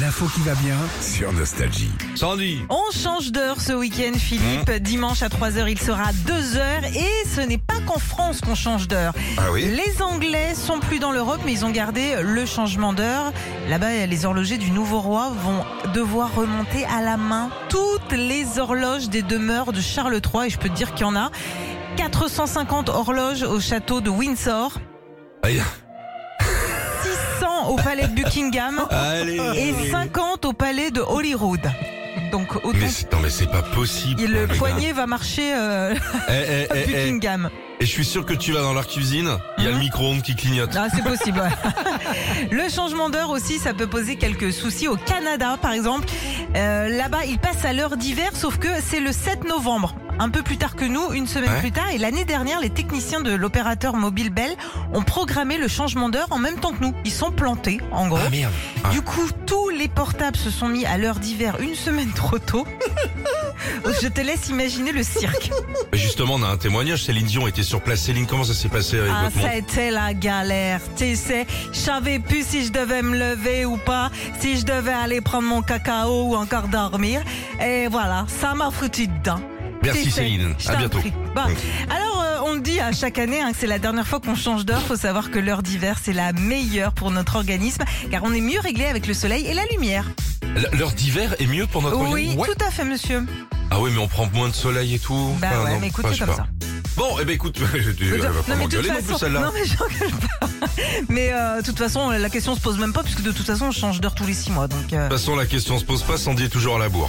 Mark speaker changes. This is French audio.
Speaker 1: L'info qui va bien sur Nostalgie.
Speaker 2: Sandy
Speaker 3: On change d'heure ce week-end, Philippe. Dimanche à 3h, il sera à 2h. Et ce n'est pas qu'en France qu'on change d'heure.
Speaker 1: Ah oui
Speaker 3: Les Anglais sont plus dans l'Europe, mais ils ont gardé le changement d'heure. Là-bas, les horlogers du nouveau roi vont devoir remonter à la main toutes les horloges des demeures de Charles III. Et je peux te dire qu'il y en a 450 horloges au château de Windsor,
Speaker 2: Aïe.
Speaker 3: 600 au palais de Buckingham
Speaker 2: Ah
Speaker 3: et
Speaker 2: Allez
Speaker 3: 50 au palais de Holyrood. Donc autant
Speaker 2: mais c'est- non mais c'est pas possible.
Speaker 3: Et le
Speaker 2: les gars.
Speaker 3: poignet va marcher euh,
Speaker 2: Eh, eh, Oh eh, eh.
Speaker 3: Buckingham.
Speaker 2: Et je suis sûr que tu vas dans leur cuisine, il y a le
Speaker 3: Mhm.
Speaker 2: micro-ondes qui clignote.
Speaker 3: Ah, c'est possible. ouais. le changement d'heure aussi, ça peut poser quelques soucis au Canada, par exemple. Euh, Là-bas, ils passent à l'heure d'hiver, sauf que c'est le 7 novembre. Un peu plus tard que nous, une semaine
Speaker 2: Ouais.
Speaker 3: plus tard. Et l'année dernière, les techniciens de l'opérateur mobile Bell ont programmé le changement d'heure en même temps que nous. Ils sont plantés, en gros.
Speaker 2: merde.
Speaker 3: Du coup, tous les portables se sont mis à l'heure d'hiver une semaine trop tôt. Je te laisse imaginer le cirque.
Speaker 2: Mais Justement, on a un témoignage, Céline Dion était sur place. Céline, comment ça s'est passé avec
Speaker 3: Ah,
Speaker 2: votre monde
Speaker 3: ça a été la galère, tu sais. Je savais plus si je devais me lever ou pas, si je devais aller prendre mon cacao ou encore dormir. Et voilà, ça m'a foutu dedans.
Speaker 2: Merci,
Speaker 3: Tu sais,
Speaker 2: Céline.
Speaker 3: je
Speaker 2: À
Speaker 3: t'en
Speaker 2: bientôt.
Speaker 3: prie. Bah, alors, euh, on le dit à chaque année hein, que c'est la dernière fois qu'on change d'heure. Faut savoir que l'heure d'hiver, c'est la meilleure pour notre organisme, car on est mieux réglé avec le soleil et la lumière.
Speaker 2: L- L'heure d'hiver est mieux pour notre
Speaker 3: Oui,
Speaker 2: organisme Ouais.
Speaker 3: tout à fait, monsieur.
Speaker 2: Ah oui, mais on prend moins de soleil et tout.
Speaker 3: Bah
Speaker 2: Enfin,
Speaker 3: ouais,
Speaker 2: non,
Speaker 3: mais écoute,
Speaker 2: enfin,
Speaker 3: c'est
Speaker 2: je sais
Speaker 3: comme
Speaker 2: pas.
Speaker 3: ça.
Speaker 2: Bon, eh ben écoute, je te- elle va pas
Speaker 3: mais de
Speaker 2: m'engueuler
Speaker 3: toute
Speaker 2: non plus
Speaker 3: façon,
Speaker 2: celle-là.
Speaker 3: non, mais j'engueule pas. Mais euh, de toute façon, la question se pose même pas, puisque de toute façon, on change d'heure tous les six mois. Donc, euh,
Speaker 2: De toute façon, la question se pose pas, Sandy est toujours à la bourre.